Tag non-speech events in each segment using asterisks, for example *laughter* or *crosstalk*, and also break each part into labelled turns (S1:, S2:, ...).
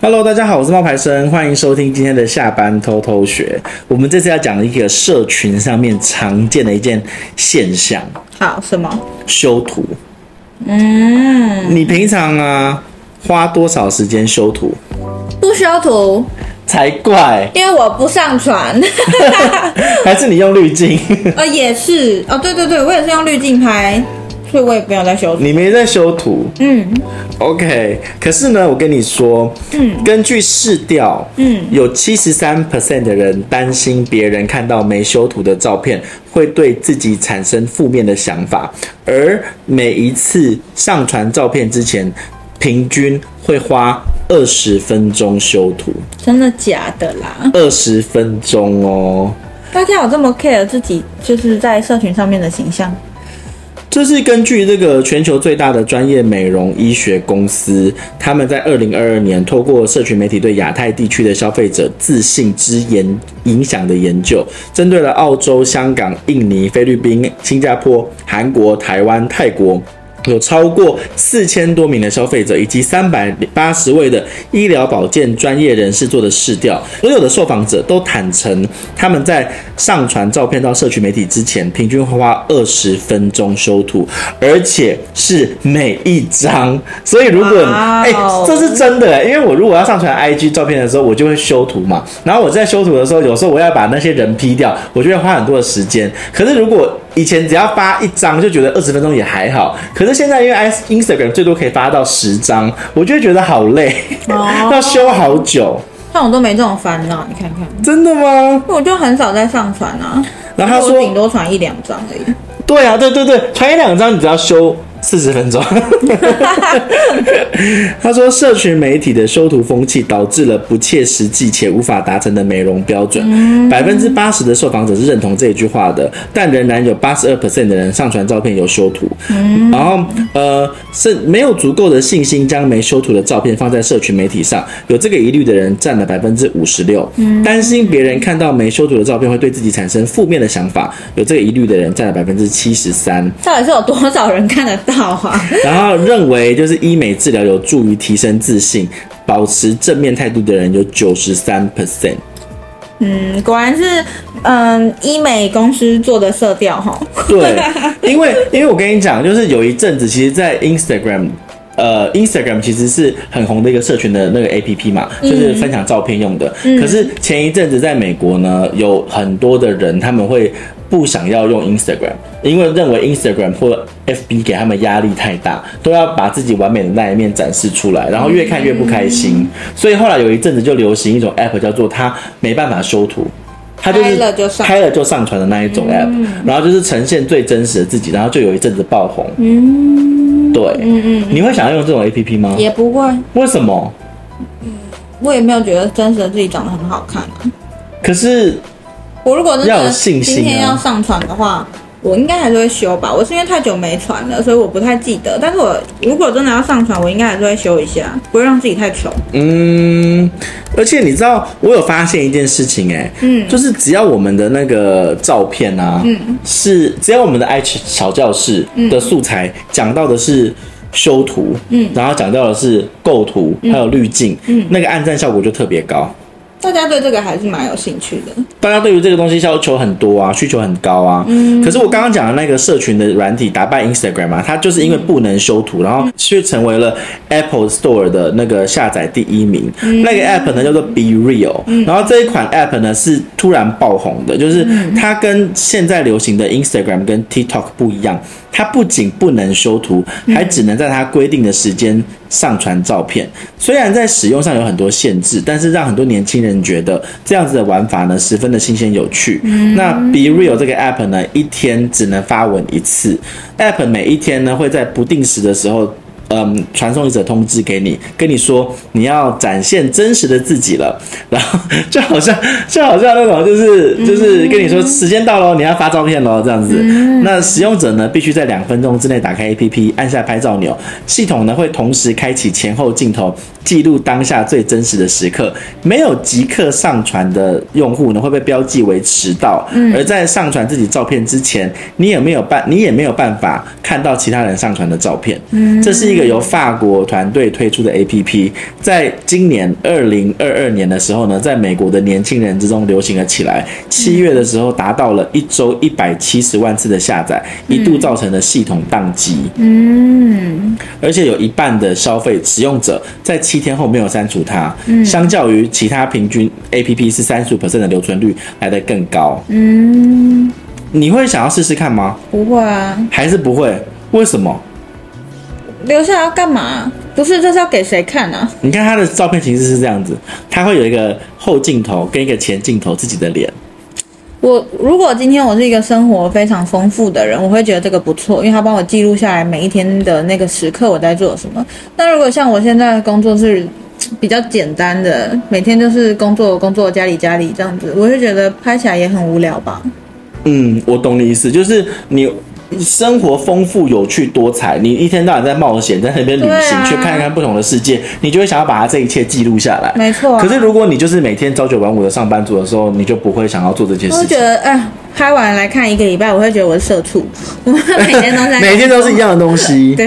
S1: Hello，大家好，我是冒牌生，欢迎收听今天的下班偷偷学。我们这次要讲一个社群上面常见的一件现象
S2: 好，什么？
S1: ——修图。嗯，你平常啊花多少时间修图？
S2: 不修图，
S1: 才怪！
S2: 因为我不
S1: *laughs*
S2: 上传。
S1: 还是你用滤镜？
S2: 呃，也是哦，对对对，我也是用滤镜拍，所以我也没有在修图。
S1: 你没在修图
S2: 嗯，
S1: ？OK，可是呢，我跟你说，嗯，根据试调，嗯，有七十三 percent 的人担心别人看到没修图的照片会对自己产生负面的想法，而每一次上传照片之前，平均会花二十分钟修图，
S2: 真的假的啦？
S1: 二十分钟哦。
S2: 大家有这么 care 自己就是在社群上面的形象？
S1: 这是根据这个全球最大的专业美容医学公司，他们在二零二二年透过社群媒体对亚太地区的消费者自信之研影响的研究，针对了澳洲、香港、印尼、菲律宾、新加坡、韩国、台湾、泰国。有超过四千多名的消费者，以及三百八十位的医疗保健专业人士做的试调，所有的受访者都坦诚，他们在上传照片到社群媒体之前，平均花二十分钟修图，而且是每一张。所以如果你
S2: 哇哦
S1: 哎、这是真的、因为我如果要上传 IG 照片的时候，我就会修图嘛。然后我在修图的时候，有时候我要把那些人 P 掉，我就会花很多的时间。可是如果以前只要发一张就觉得二十分钟也还好，可是现在因为 I Instagram 最多可以发到十张，我就会觉得好累，
S2: 哦
S1: 要修好久。
S2: 像我都没这种烦恼，你看看，
S1: 真的吗？
S2: 我就很少在上传啊。
S1: 然后他
S2: 我顶
S1: 说，
S2: 多传一两张而已。 *laughs*
S1: 对啊，对对对，传一两张你只要修四十分钟。 *laughs* 他说，社群媒体的修图风气导致了不切实际且无法达成的美容标准。百分之八十的受访者是认同这一句话的，但仍然有八十二 percent 的人上传照片有修图。然后，呃，是没有足够的信心将没修图的照片放在社群媒体上，有这个疑虑的人占了百分之五十六。担心别人看到没修图的照片会对自己产生负面的想法，有这个疑虑的人占了百分之七十三。
S2: 到底是有多少人看得到啊？ *laughs*
S1: 然后认为就是医美治疗有助于提升自信、保持正面态度的人有九十三 percent。
S2: 嗯，果然是嗯医美公司做的色调哈。
S1: 对，因为 *laughs* 因为我跟你讲，就是有一阵子，其实，在 Instagram。呃，Instagram 其实是很红的一个社群的那个 APP 嘛，就是分享照片用的。可是前一阵子在美国呢，有很多的人他们会不想要用 Instagram，因为认为 Instagram 或 FB 给他们压力太大，都要把自己完美的那一面展示出来，然后越看越不开心。所以后来有一阵子就流行一种 App 叫做它没办法修图。它就是
S2: 开了就上
S1: 开了就上嗯传的那一种 app，、然后就是呈现最真实的自己，然后就有一阵子爆红。嗯，对，嗯嗯，你会想要用这种 app 吗？
S2: 也不会，
S1: 为什么？
S2: 我也没有觉得真实的自己长得很好看啊。
S1: 可是
S2: 我如果真
S1: 要有
S2: 的
S1: 信
S2: 今
S1: 心啊
S2: 天要上传的话，我应该还是会修吧。我是因为太久没传了，所以我不太记得。但是我如果真的要上传，我应该还是会修一下，不会让自己太丑。
S1: 嗯，而且你知道，我有发现一件事情、哎，嗯，就是只要我们的那个照片啊，嗯，是只要我们的 i 小教室的素材讲到的是修图，嗯，然后讲到的是构图，还有滤镜，嗯，那个暗赞效果就特别高。
S2: 大家对这个还是蛮有兴趣的。
S1: 大家对于这个东西要求很多啊，需求很高啊。可是我刚刚讲的那个社群的软体打败 Instagram 啊，它就是因为不能修图，然后却成为了 Apple Store 的那个下载第一名。那个 app 呢叫做 Be Real，、然后这一款 app 呢是突然爆红的，就是它跟现在流行的 Instagram 跟 TikTok 不一样，它不仅不能修图，还只能在它规定的时间上传照片。虽然在使用上有很多限制，但是让很多年轻人觉得这样子的玩法呢十分的新鲜有趣。那 Be Real 这个 app 呢，一天只能发文一次，app 每一天呢会在不定时的时候。嗯，传送一则通知给你，跟你说你要展现真实的自己了， *laughs* 然后就好像就好像那种就是就是跟你说时间到喽，你要发照片喽这样子。那使用者呢必须在两分钟之内打开 APP，按下拍照钮，系统呢会同时开启前后镜头，记录当下最真实的时刻。没有即刻上传的用户呢会被标记为迟到，而在上传自己照片之前，你也没有办你也没有办法看到其他人上传的照片。这是一个。个由法国团队推出的 APP，在今年二零二二年的时候呢，在美国的年轻人之中流行了起来。七月的时候达到了一周一百七十万次的下载，一度造成了系统宕机。
S2: 嗯，
S1: 而且有一半的消费使用者在七天后没有删除它，
S2: 嗯
S1: 相较于其他平均 A P P 是三十五的留存率来得更高。嗯，你会想要试试看吗？
S2: 不会啊，
S1: 还是不会？为什么？
S2: 留下来要干嘛？不是，这是要给谁看啊？
S1: 你看它的照片形式是这样子，它会有一个后镜头跟一个前镜头自己的脸。
S2: 我如果今天我是一个生活非常丰富的人，我会觉得这个不错，因为它帮我记录下来每一天的那个时刻我在做什么。那如果像我现在的工作是嘖比较简单的，每天就是工作工作家里家里这样子，我会觉得拍起来也很无聊吧。
S1: 嗯，我懂你意思，就是你生活丰富、有趣、多彩，你一天到晚在冒险，在那边旅行，
S2: 对啊
S1: 去看看不同的世界，你就会想要把它这一切记录下来。
S2: 没错啊
S1: 可是如果你就是每天朝九晚五的上班族的时候，你就不会想要做这件
S2: 我会
S1: 事
S2: 觉
S1: 情。
S2: 得，哎，拍完来看一个礼拜，我会觉得我是社畜，我每天都
S1: *laughs*
S2: 在，
S1: 每天都是一。样的东西。
S2: *laughs* 对，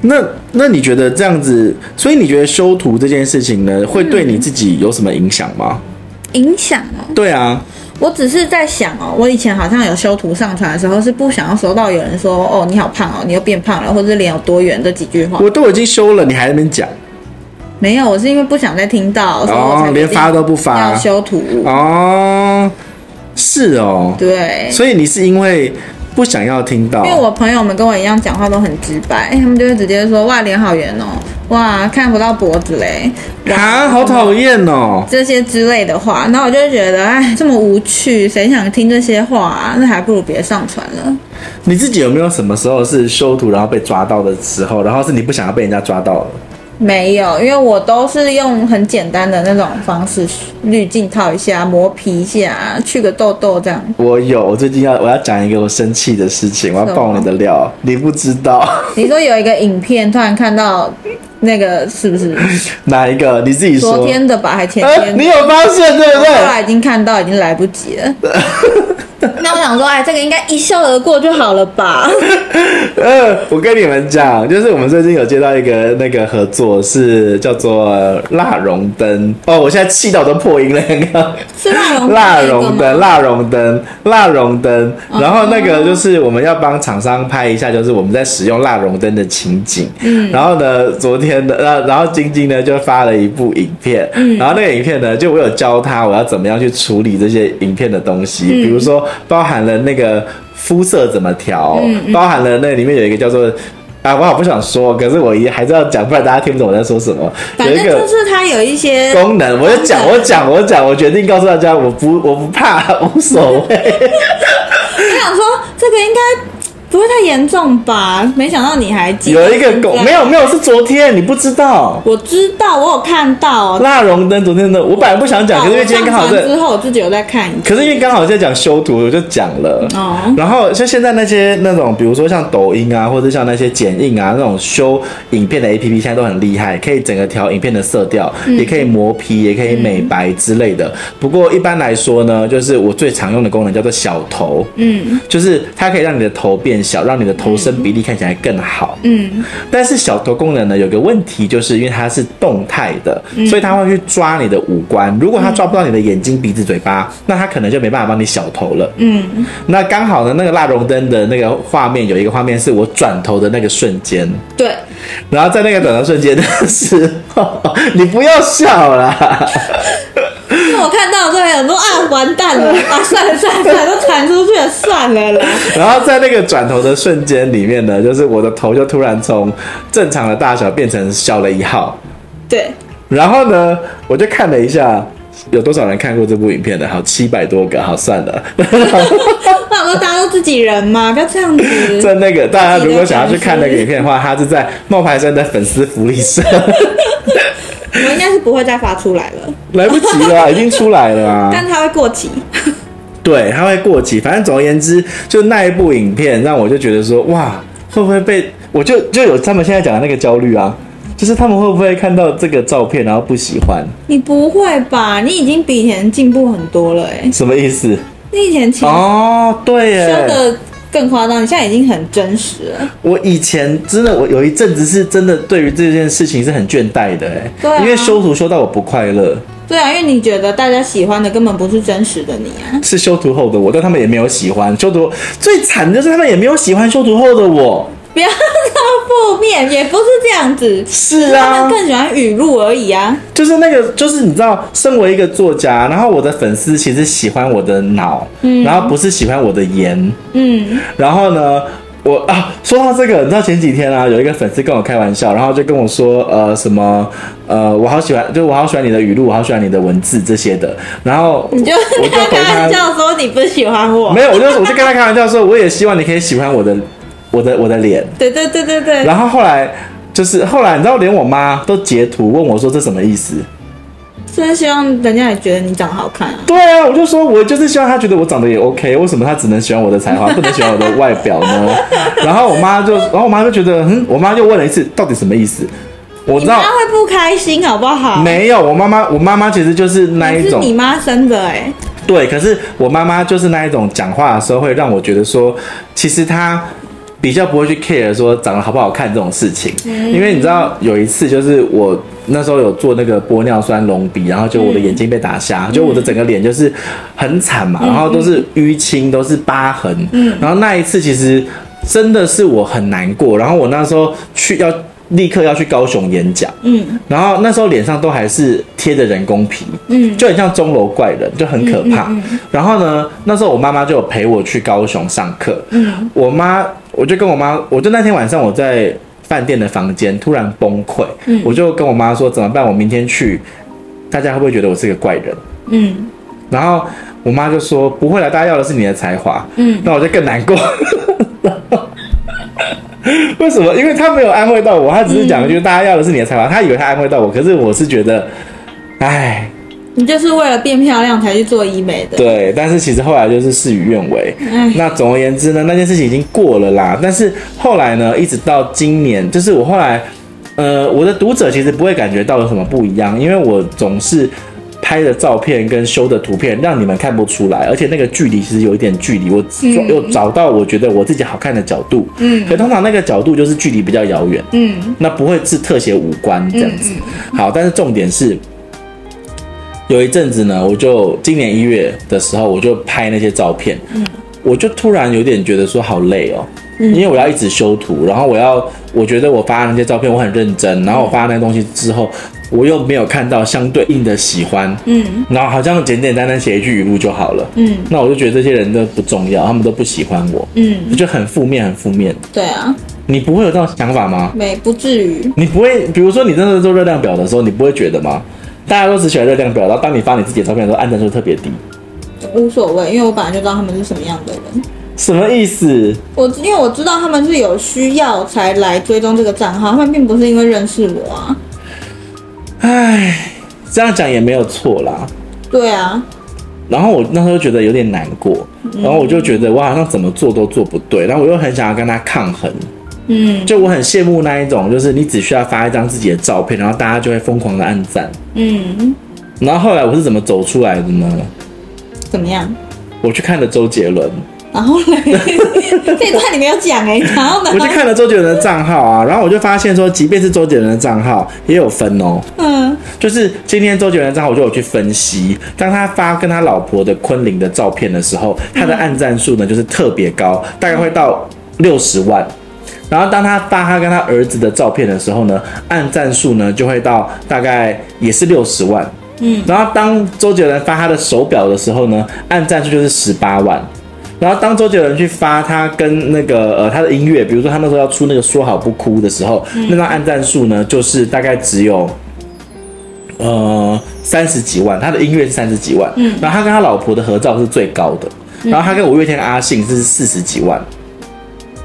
S1: 那那你觉得这样子，所以你觉得修图这件事情呢，会对你自己有什么影响吗？
S2: 影响哦。
S1: 对啊，
S2: 我只是在想哦，我以前好像有修图上传的时候，是不想要收到有人说，哦，你好胖哦，你又变胖了，或者脸有多圆这几句话。
S1: 我都已经修了，你还在那边讲
S2: 没有，我是因为不想再听到，所以我
S1: 哦
S2: 才决定
S1: 连发都不发
S2: 要修图。
S1: 哦，是哦，
S2: 对，
S1: 所以你是因为不想要听到，
S2: 因为我朋友们跟我一样讲话都很直白，哎他们就会直接说，哇，脸好圆哦，哇，看不到脖子嘞，
S1: 啊，好讨厌哦。
S2: 这些之类的话，然后我就会觉得，哎，这么无趣，谁想听这些话啊？那还不如别上传了。
S1: 你自己有没有什么时候是修图然后被抓到的时候，然后是你不想要被人家抓到的？
S2: 没有，因为我都是用很简单的那种方式，滤镜套一下，磨皮一下，去个痘痘这样。
S1: 我有，我最近要我要讲一个我生气的事情，我要
S2: 什么
S1: 爆你的料，你不知道 *laughs*
S2: 你说有一个影片，突然看到那个是
S1: *laughs*
S2: 不是
S1: 哪一个？你自己说。
S2: 昨天的吧，还前
S1: 哎、
S2: 天的？
S1: 你有发现对不
S2: 我后
S1: 对？
S2: 来已经看到，已经来不及
S1: *laughs*
S2: 了。那我想说，哎，这个应该一笑而过就好了
S1: *laughs*
S2: 吧？
S1: 呃，我跟你们讲，就是我们最近有接到一个那个合作，是叫做呃蜡熔灯。哦，我现在气到都破音了，刚刚。
S2: 是蜡绒
S1: *laughs* 蜡
S2: 那个
S1: 熔
S2: 吗 *laughs*
S1: 灯，蜡熔灯，蜡熔灯。
S2: 哦
S1: 然后那个就是我们要帮厂商拍一下，就是我们在使用蜡熔灯的情景。嗯。然后呢，昨天的， *laughs* 呃，然后晶晶呢就发了一部影片。嗯。然后那个影片呢，就我有教她我要怎么样去处理这些影片的东西，
S2: 嗯
S1: 比如说包含了那个肤色怎么调，
S2: 嗯
S1: 包含了那里面有一个叫做。啊，我好不想说，可是我也还是要讲，不然大家听不懂我在说什么。
S2: 反
S1: 有
S2: 正
S1: 一个。
S2: 就是它有一些
S1: 功能，我就讲，
S2: 功
S1: 我
S2: 能
S1: 讲，我讲，我决定告诉大家，我不，我不怕，无所
S2: *laughs*
S1: 谓。
S2: 我想说这个应该不会太严重吧？没想到你还记得
S1: 有一个功，没有，没有，是昨天，你不知道。
S2: 我知道，我有看到。
S1: 蜡熔灯昨天的，我本来不想啊讲，可是因为今天刚好
S2: 上
S1: 在
S2: 传之，后，我自己有在看一下。
S1: 可是因为刚好在讲修图，我就讲了。
S2: 哦，
S1: 然后像现在那些那种，比如说像抖音啊，或者像那些剪映啊那种修影片的 A P P，现在都很厉害，可以整个调影片的色调，
S2: 嗯
S1: 也可以磨皮，也可以美白之类的。不过一般来说呢，就是我最常用的功能叫做小头，
S2: 嗯
S1: 就是它可以让你的头变小，让你的头身比例看起来更好。
S2: 嗯
S1: 但是小头功能呢，有个问题，就是因为它是动态的，
S2: 嗯
S1: 所以它会去抓你的五官。如果它抓不到你的眼睛、鼻子、嘴巴，那它可能就没办法帮你小头了。
S2: 嗯，
S1: 那刚好呢，那个蜡熔灯的那个画面有一个画面是我转头的那个瞬间，
S2: 对，
S1: 然后在那个转头瞬间的时候，你不要笑啦。
S2: 因为我看到这很多啊，完蛋
S1: *laughs*
S2: 了啊，算了算了算了，都传出去了，算了啦。
S1: 然后在那个转头的瞬间里面呢，就是我的头就突然从正常的大小变成小了一号。
S2: 对，
S1: 然后呢，我就看了一下，有多少人看过这部影片的？好，七百多个，好算了。
S2: 我想说大家都自己人嘛，不要这
S1: *laughs*
S2: 样子。
S1: 在那个大家如果想要去看那个影片的话，它是在冒牌生的粉丝福利社， *laughs*
S2: 我们应该是不会再发出来了，
S1: 来不及了，已经出来了啊。
S2: 但它会过期。
S1: 对，它会过期。反正总而言之，就那一部影片让我就觉得说，哇，会不会被？我就就有他们现在讲的那个焦虑啊，就是他们会不会看到这个照片然后不喜欢？
S2: 你不会吧？你已经比以前进步很多了哎、 *laughs*
S1: 什么意思？
S2: 你以前其实
S1: 哦，对耶，
S2: 修的更夸张，你现在已经很真实了。
S1: 我以前真的，我有一阵子是真的对于这件事情是很倦怠的、欸，
S2: 对啊
S1: 因为修图修到我不快乐，
S2: 对啊，因为你觉得大家喜欢的根本不是真实的你啊。
S1: 是修图后的我，但他们也没有喜欢修图。最惨的就是他们也没有喜欢修图后的我。
S2: 不要这么负面，也不是这样子。
S1: 是
S2: 他
S1: 啊
S2: 们，更喜欢语录而已啊。
S1: 就是那个，就是你知道，身为一个作家，然后我的粉丝其实喜欢我的脑，然后不是喜欢我的颜。
S2: 嗯，
S1: 然后呢，我啊，说到这个，你知道前几天啊，有一个粉丝跟我开玩笑，然后就跟我说，呃，什么，呃，我好喜欢，就我好喜欢你的语录，我好喜欢你的文字这些的。然后 *laughs*
S2: 你就
S1: 我
S2: 跟
S1: 就
S2: 他
S1: 回
S2: 开
S1: 他
S2: 玩，笑说你不喜欢我。
S1: 没有，我就我就跟他开玩笑说，我也希望你可以喜欢我的我的我的脸。
S2: 对对对对对，
S1: 然后后来就是后来，你知道，连我妈都截图问我说这什么意思？
S2: 就是希望人家也觉得你长得好看啊。
S1: 对啊，我就说，我就是希望他觉得我长得也 OK，为什么他只能喜欢我的才华，不能喜欢我的外表呢？然后我妈就，然后我妈就觉得，嗯，我妈就问了一次，到底什么意思？我知
S2: 你
S1: 道
S2: 妈会不开心好不好？
S1: 没有，我妈妈，我妈妈其实就是那
S2: 你
S1: 一
S2: 是
S1: 种，
S2: 你妈生的哎、
S1: 对，可是我妈妈就是那一种讲话的时候会让我觉得说，其实她比较不会去 care 说长得好不好看这种事情，因为你知道有一次就是我那时候有做那个玻尿酸隆鼻，然后就我的眼睛被打瞎，就我的整个脸就是很惨嘛，然后都是淤青，都是疤痕，然后那一次其实真的是我很难过，然后我那时候去要立刻要去高雄演讲，
S2: 嗯
S1: 然后那时候脸上都还是贴着人工皮，
S2: 嗯
S1: 就很像钟楼怪人，就很可怕。然后呢，那时候我妈妈就有陪我去高雄上课，
S2: 嗯
S1: 我妈我就跟我妈，我就那天晚上我在饭店的房间突然崩溃，
S2: 嗯
S1: 我就跟我妈说怎么办？我明天去，大家会不会觉得我是个怪人？
S2: 嗯
S1: 然后我妈就说不会啦，大家要的是你的才华。
S2: 嗯，
S1: 那我就更难过。 *laughs* 为什么？因为他没有安慰到我，他只是讲一句“大家要的是你的才华”，他以为他安慰到我，可是我是觉得，唉，
S2: 你就是为了变漂亮才去做医美的。
S1: 对。但是其实后来就是事与愿违。
S2: 哎，
S1: 那总而言之呢，那件事情已经过了啦。但是后来呢，一直到今年，就是我后来，呃，我的读者其实不会感觉到有什么不一样，因为我总是拍的照片跟修的图片让你们看不出来，而且那个距离其实有一点距离，我又找到我觉得我自己好看的角度。
S2: 嗯
S1: 可通常那个角度就是距离比较遥远，
S2: 嗯
S1: 那不会是特写五官这样子。好，但是重点是，有一阵子呢，我就今年一月的时候，我就拍那些照片，
S2: 嗯
S1: 我就突然有点觉得说好累哦。因为我要一直修图，然后我要，我觉得我发那些照片我很认
S2: 嗯
S1: 真，然后我发那东西之后，我又没有看到相对应的喜欢，
S2: 嗯
S1: 然后好像简简单单写一句语录就好了，
S2: 嗯
S1: 那我就觉得这些人都不重要，他们都不喜欢我，
S2: 嗯，
S1: 就很负面，很负面。
S2: 对啊，
S1: 你不会有这种想法吗？
S2: 美不至于。
S1: 你不会，比如说你真的做热量表的时候，你不会觉得吗？大家都只喜欢热量表，然后当你发你自己的照片的时候，按赞数特别低，
S2: 无所谓，因为我本来就知道他们是什么样的人。
S1: 什么意思？
S2: 我因为我知道他们是有需要才来追踪这个账号，他们并不是因为认识我啊。
S1: 唉，这样讲也没有错啦。
S2: 对啊，
S1: 然后我那时候觉得有点难过，然后我就觉得我好像怎么做都做不对，然后我又很想要跟他抗衡，
S2: 嗯
S1: 就我很羡慕那一种，就是你只需要发一张自己的照片，然后大家就会疯狂的按赞。
S2: 嗯，
S1: 然后后来我是怎么走出来的呢？
S2: 怎么样？
S1: 我去看了周杰伦，
S2: 然后 *laughs* 嘞，这一段你没有讲哎、然后呢
S1: 我？去看了周杰伦的账号啊，然后我就发现说，即便是周杰伦的账号也有分哦，
S2: 嗯
S1: 就是今天周杰伦的账号我就有去分析，当他发跟他老婆的昆凌的照片的时候，他的按赞数呢就是特别高，大概会到六十万。然后当他发他跟他儿子的照片的时候呢，按赞数呢就会到大概也是六十万。
S2: 嗯，
S1: 然后当周杰伦发他的手表的时候呢，按赞数就是十八万。然后当周杰伦去发他跟那个呃他的音乐，比如说他那时候要出那个说好不哭的时候，那张按赞数呢就是大概只有呃三十几万，他的音乐是三十几万，嗯，然后他跟他老婆的合照是最高的，然后他跟五月天的阿信是四十几万，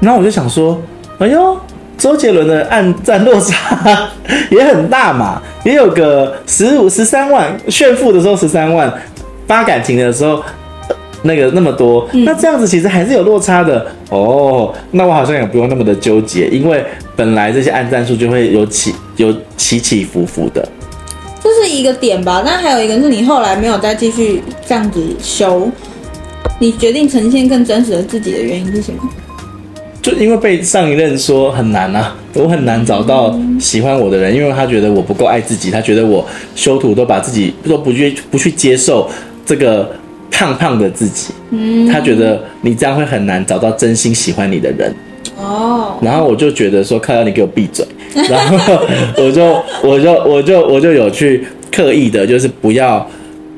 S1: 然后我就想说，哎呦，周杰伦的按赞落差 *laughs* 也很大嘛，也有个十五十三万，炫富的时候十三万，发感情的时候。那个那么多，那这样子其实还是有落差的哦。那我好像也不用那么的纠结，因为本来这些按赞数就会有起有起起伏伏的。
S2: 这是一个点吧。那还有一个是你后来没有再继续这样子修，你决定呈现更真实的自己的原因是什么？
S1: 就因为被上一任说很难啊，我很难找到喜欢我的人，因为他觉得我不够爱自己，他觉得我修图都把自己都不去不去接受这个胖胖的自己，他觉得你这样会很难找到真心喜欢你的人。
S2: 哦，
S1: 然后我就觉得说，看到你给我闭嘴，然后我就 *laughs* 我就我就我就有去刻意的，就是不要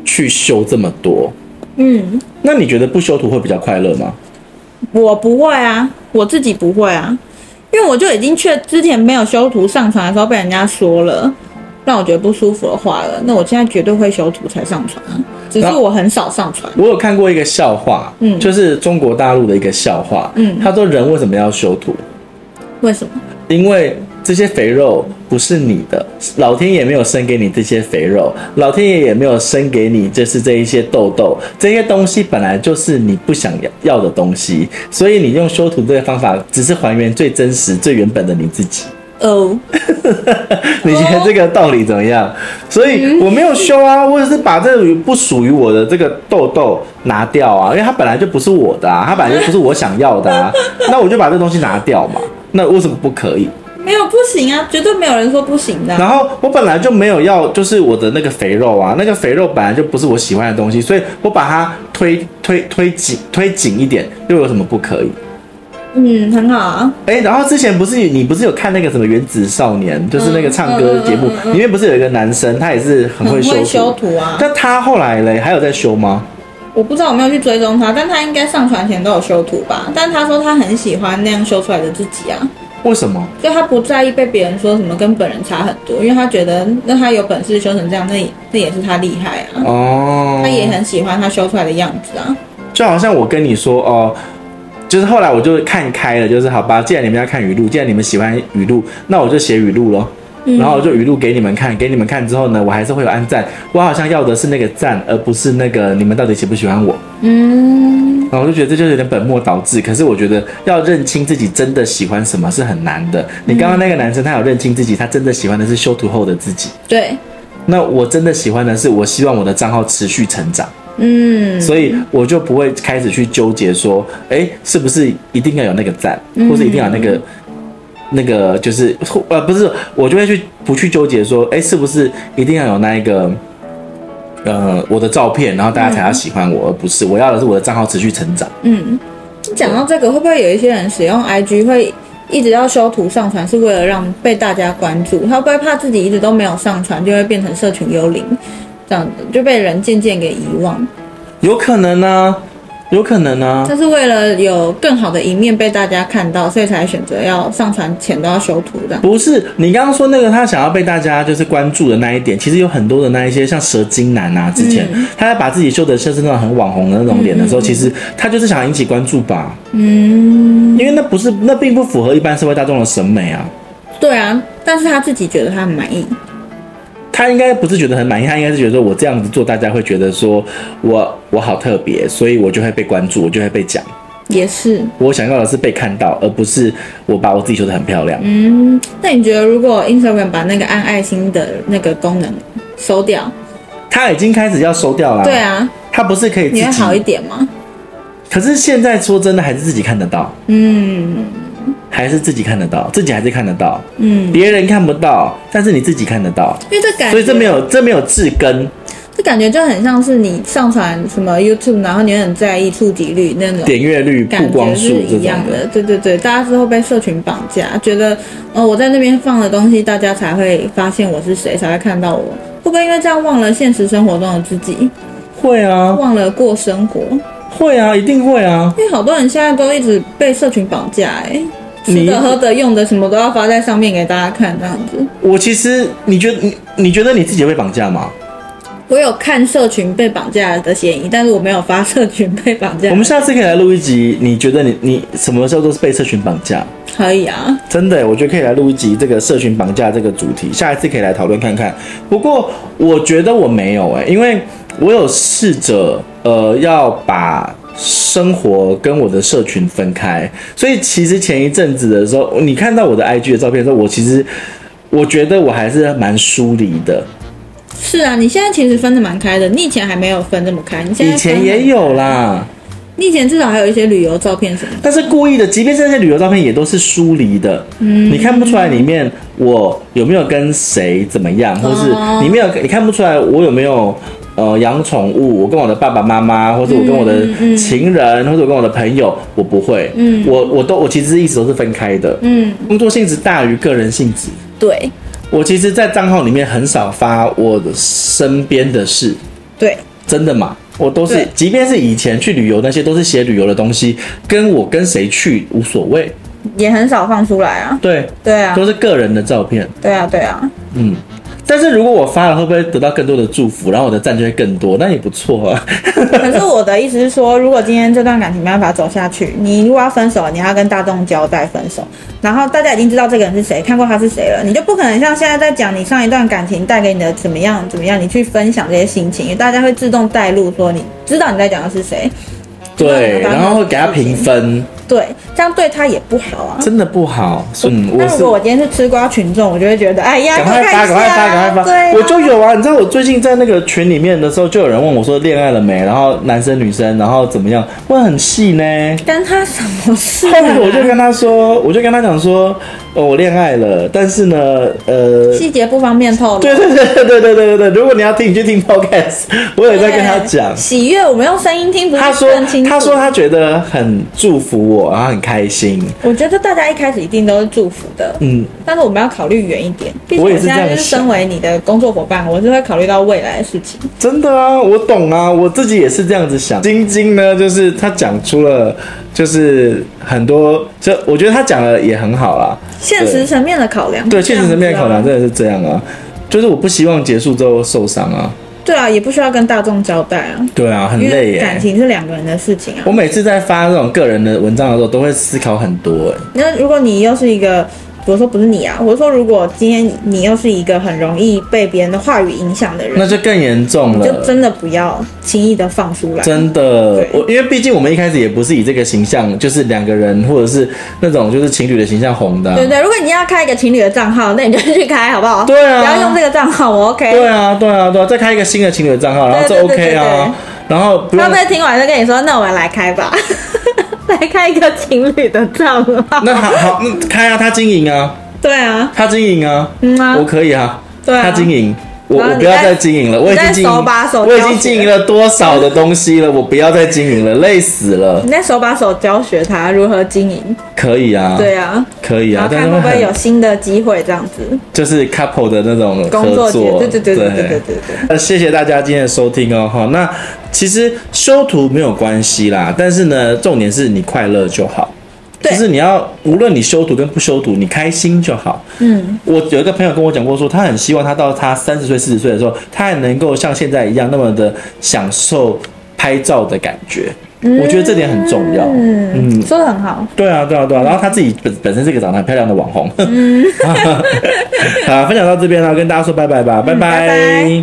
S1: 去修这么多。
S2: 嗯，
S1: 那你觉得不修图会比较快乐吗？
S2: 我不会啊，我自己不会啊，因为我就已经确之前没有修图上传的时候被人家说了。让我觉得不舒服的话了，那我现在绝对会修图才上传啊，只是
S1: 那
S2: 我很少上传。
S1: 我有看过一个笑话，
S2: 嗯
S1: 就是中国大陆的一个笑话，
S2: 嗯
S1: 他说人为什么要修图？
S2: 为什么？
S1: 因为这些肥肉不是你的，老天爷没有生给你这些肥肉，老天爷也没有生给你，就是这一些痘痘，这些东西本来就是你不想要要的东西，所以你用修图这个方法，只是还原最真实、最原本的你自己。
S2: 哦，
S1: *laughs* 你觉得这个道理怎么样？所以我没有修啊，我只是把这个不属于我的这个痘痘拿掉啊，因为它本来就不是我的啊，它本来就不是我想要的啊，那我就把这东西拿掉嘛。那为什么不可以？
S2: 没有不行啊，绝对没有人说不行的啊、
S1: 然后我本来就没有要，就是我的那个肥肉啊，那个肥肉本来就不是我喜欢的东西，所以我把它推推推紧推紧一点，又有什么不可以？
S2: 嗯，很好啊。
S1: 哎，然后之前不是你不是有看那个什么《原子少年》，就是那个唱歌节目，里面不是有一个男生，他也是嗯很会
S2: 很
S1: 修
S2: 会
S1: 图，
S2: 修图啊。
S1: 但他后来嘞，还有在修吗？
S2: 我不知道我没有去追踪他，但他应该上传前都有修图吧？但他说他很喜欢那样修出来的自己啊，
S1: 为什么？
S2: 所以他不在意被别人说什么跟本人差很多，因为他觉得那他有本事修成这样，那也那也是他厉害啊。
S1: 哦，
S2: 他也很喜欢他修出来的样子啊。
S1: 就好像我跟你说哦，就是后来我就看开了，就是好吧，既然你们要看语录，既然你们喜欢语录，那我就写语录咯。
S2: 嗯
S1: 然后我就语录给你们看，给你们看之后呢，我还是会有按赞。我好像要的是那个赞，而不是那个你们到底喜不喜欢我。
S2: 嗯，
S1: 然后我就觉得这就是有点本末倒置。可是我觉得要认清自己真的喜欢什么是很难的。你刚刚那个男生他有认清自己，他真的喜欢的是修图后的自己。
S2: 对，
S1: 那我真的喜欢的是，我希望我的账号持续成长，
S2: 嗯，
S1: 所以我就不会开始去纠结说，哎，是不是一定要有那个赞，或是一定要有那个。那个就是呃，不是，我就会去不去纠结说，哎，是不是一定要有那一个，呃，我的照片，然后大家才要喜欢我，而不是我要的是我的账号持续成长。
S2: 嗯，讲到这个，会不会有一些人使用 IG 会一直要修图上传，是为了让被大家关注？他会不会怕自己一直都没有上传，就会变成社群幽灵，这样子就被人渐渐给遗忘？
S1: 有可能呢、有可能啊呢、
S2: 他是为了有更好的一面被大家看到，所以才选择要上传前都要修图这样。
S1: 不是，你刚刚说那个他想要被大家就是关注的那一点，其实有很多的那一些像蛇精男啊，之前、
S2: 嗯
S1: 他在把自己修的像是那种很网红的那种脸的时候，其实他就是想引起关注吧，
S2: 嗯，
S1: 因为那不是那并不符合一般社会大众的审美啊。
S2: 对啊，但是他自己觉得他很满意。
S1: 他应该不是觉得很满意，他应该是觉得说我这样子做，大家会觉得说我我好特别，所以我就会被关注，我就会被讲。
S2: 也是，
S1: 我想要的是被看到，而不是我把我自己修的很漂亮。
S2: 嗯，那你觉得如果 Instagram 把那个按爱心的那个功能收掉，
S1: 啊他已经开始要收掉了，
S2: 对，啊，
S1: 他不是可以自
S2: 你会
S1: 己
S2: 好一点吗？
S1: 可是现在说真的，还是自己看得到，
S2: 嗯
S1: 还是自己看得到，自己还是看得到，
S2: 嗯，
S1: 别人看不到，但是你自己看得到，
S2: 因为这感觉，
S1: 所以这没有这没有治根，
S2: 这感觉就很像是你上传什么 YouTube，然后你很在意触及率那种。
S1: 点阅率、曝
S2: 感觉
S1: 光
S2: 是
S1: 数这
S2: 一样
S1: 种的。
S2: 的，对对对，大家之后被社群绑架，觉得呃我在那边放的东西，大家才会发现我是谁，才会看到我。会不会因为这样忘了现实生活中的自己，
S1: 会啊，
S2: 忘了过生活？
S1: 会啊，一定会啊。
S2: 因为好多人现在都一直被社群绑架、哎，吃
S1: 你
S2: 的、喝的、用的什么都要发在上面给大家看，这样子。
S1: 我其实你觉得你你觉得你自己会被绑架吗？
S2: 我有看社群被绑架的嫌疑，但是我没有发社群被绑架。
S1: 我们下次可以来录一集，你觉得你你什么时候都是被社群绑架？
S2: 可以啊，
S1: 真的耶，我觉得可以来录一集这个社群绑架这个主题，下一次可以来讨论看看。不过我觉得我没有哎、因为我有试着呃要把生活跟我的社群分开，所以其实前一阵子的时候，你看到我的 IG 的照片的时候，我其实我觉得我还是蛮疏离的。
S2: 是啊，你现在其实分的蛮开的，你以前还没有分这么开，你现在
S1: 以前也
S2: 有，
S1: 有啦，
S2: 你以前至少还有一些旅游照片什么的。
S1: 但是故意的，即便是那些旅游照片也都是疏离的，你看不出来里面我有没有跟谁怎么样，或是
S2: 哦
S1: 你没有，你看不出来我有没有。呃，养宠物，我跟我的爸爸妈妈，或者我跟我的情人，或者我跟我的朋友，我不会，嗯，我我都我其实一直都是分开的，
S2: 嗯，
S1: 工作性质大于个人性质。
S2: 对
S1: 我其实，在账号里面很少发我的身边的事，
S2: 对，
S1: 真的嘛？我都是
S2: 对，
S1: 即便是以前去旅游，那些都是写旅游的东西，跟我跟谁去无所谓，
S2: 也很少放出来啊。
S1: 对，
S2: 对啊
S1: 都，是个人的照片。
S2: 对啊，对啊，
S1: 但是如果我发了，会不会得到更多的祝福？然后我的赞就会更多，那也不错
S2: *laughs*
S1: 啊。
S2: 可是我的意思是说，如果今天这段感情没办法走下去，你如果要分手了，你还要跟大众交代分手，然后大家已经知道这个人是谁，看过他是谁了，你就不可能像现在在讲你上一段感情带给你的怎么样怎么样，你去分享这些心情，因为大家会自动带入说你知道你在讲的是谁，
S1: 对，
S2: 啊
S1: 然后会给他评分，
S2: 对，这样对他也不好啊。
S1: 真的不好。嗯，
S2: 那
S1: 我
S2: 如
S1: 是
S2: 果我今天是吃瓜群众，我就会觉得，哎呀，
S1: 赶快发，
S2: 看
S1: 赶
S2: 一下
S1: 快发，赶快发！
S2: 对啊、
S1: 我就有啊，你知道我最近在那个群里面的时候，就有人问我说恋爱了没，然后男生女生，然后怎么样，问很细呢。
S2: 跟他什么事、啊？
S1: *laughs* 后来我就跟他说，我就跟他讲说，哦，我恋爱了，但是呢，呃，
S2: 细节不方便透露。
S1: 对对对对对对对，如果你要听，你去听 podcast，我有在跟他讲
S2: 对。喜悦，我们用声音听，不是
S1: 他说
S2: 更清，楚
S1: 他说，他觉得很祝福我，然后很开心。
S2: 我觉得大家一开始一定都是祝福的，
S1: 嗯，
S2: 但是我们要考虑远一点。毕竟
S1: 我也是
S2: 现在
S1: 这样
S2: 就是
S1: 想
S2: 身为你的工作伙伴，我是会考虑到未来的事情。
S1: 真的啊，我懂啊，我自己也是这样子想。晶晶呢，就是她讲出了，就是很多，就我觉得她讲的也很好啦。
S2: 现实层面的考量，
S1: 对，现实层面的考量
S2: 这
S1: 真的
S2: 样子
S1: 是这样啊，就是我不希望结束之后受伤啊。
S2: 啊，对啊，也不需要跟大众交代啊，
S1: 对啊，很
S2: 因
S1: 累
S2: 为
S1: 耶、
S2: 感情是两个人的事情啊
S1: 我。每次在发这种个人的文章的时候，都会思考很多、欸。
S2: 那如果你又是一个，比如说不是你啊，我是说如果今天你又是一个很容易被别人的话语影响的人，
S1: 那就更严重
S2: 你
S1: 了
S2: 就。真的不要轻易的放出来。
S1: 真的
S2: 对，
S1: 我因为毕竟我们一开始也不是以这个形象，就是两个人或者是那种就是情侣的形象红的啊、
S2: 对对，如果你要开一个情侣的账号，那你就去开好不好？
S1: 对啊
S2: 不要用这个账号，我 OK。
S1: 对啊，对啊，对啊，再开一个新的情侣的账号，然后这
S2: 对
S1: OK
S2: 对对
S1: 啊，
S2: 对对
S1: 然后不
S2: 他
S1: 用，
S2: 们听完就跟你说，那我们来开吧， *laughs* 来开一个情侣的账号。
S1: 那好好嗯开啊，他经营啊，
S2: 对啊，
S1: 他经营啊，
S2: 嗯啊
S1: 我，可以啊，
S2: 对啊
S1: 他经营。我
S2: 然后
S1: 我
S2: 你
S1: 不要
S2: 再
S1: 再经营了，我已
S2: 你再
S1: 经经营，
S2: 手把手
S1: 我已
S2: 教
S1: 经
S2: 学
S1: 经营了多少的东西了，我不要再经营了，累死了。
S2: 你再手把手教学他如何经营。
S1: 可以啊，
S2: 对啊，
S1: 可以
S2: 然
S1: 啊
S2: 后，
S1: 但是
S2: 看会不会
S1: 很
S2: 有新的机会这样子。
S1: 就是 couple 的那种合
S2: 工作
S1: 作，
S2: 节，对对对对对对对对。
S1: 呃，谢谢大家今天的收听哦，哈。那其实修图没有关系啦，但是呢，重点是你快乐就好。
S2: 对
S1: 就是你要，无论你修图跟不修图，你开心就好。
S2: 嗯，
S1: 我有一个朋友跟我讲过说他很希望他到他三十岁、四十岁的时候，他还能够像现在一样那么的享受拍照的感觉。我觉得这点很重要。
S2: 嗯，说的很好，
S1: 对啊，对啊，对啊。然后她自己本本身是个长得很漂亮的网 *laughs* 红。嗯，好，分享到这边了，跟大家说拜拜吧，拜
S2: 拜拜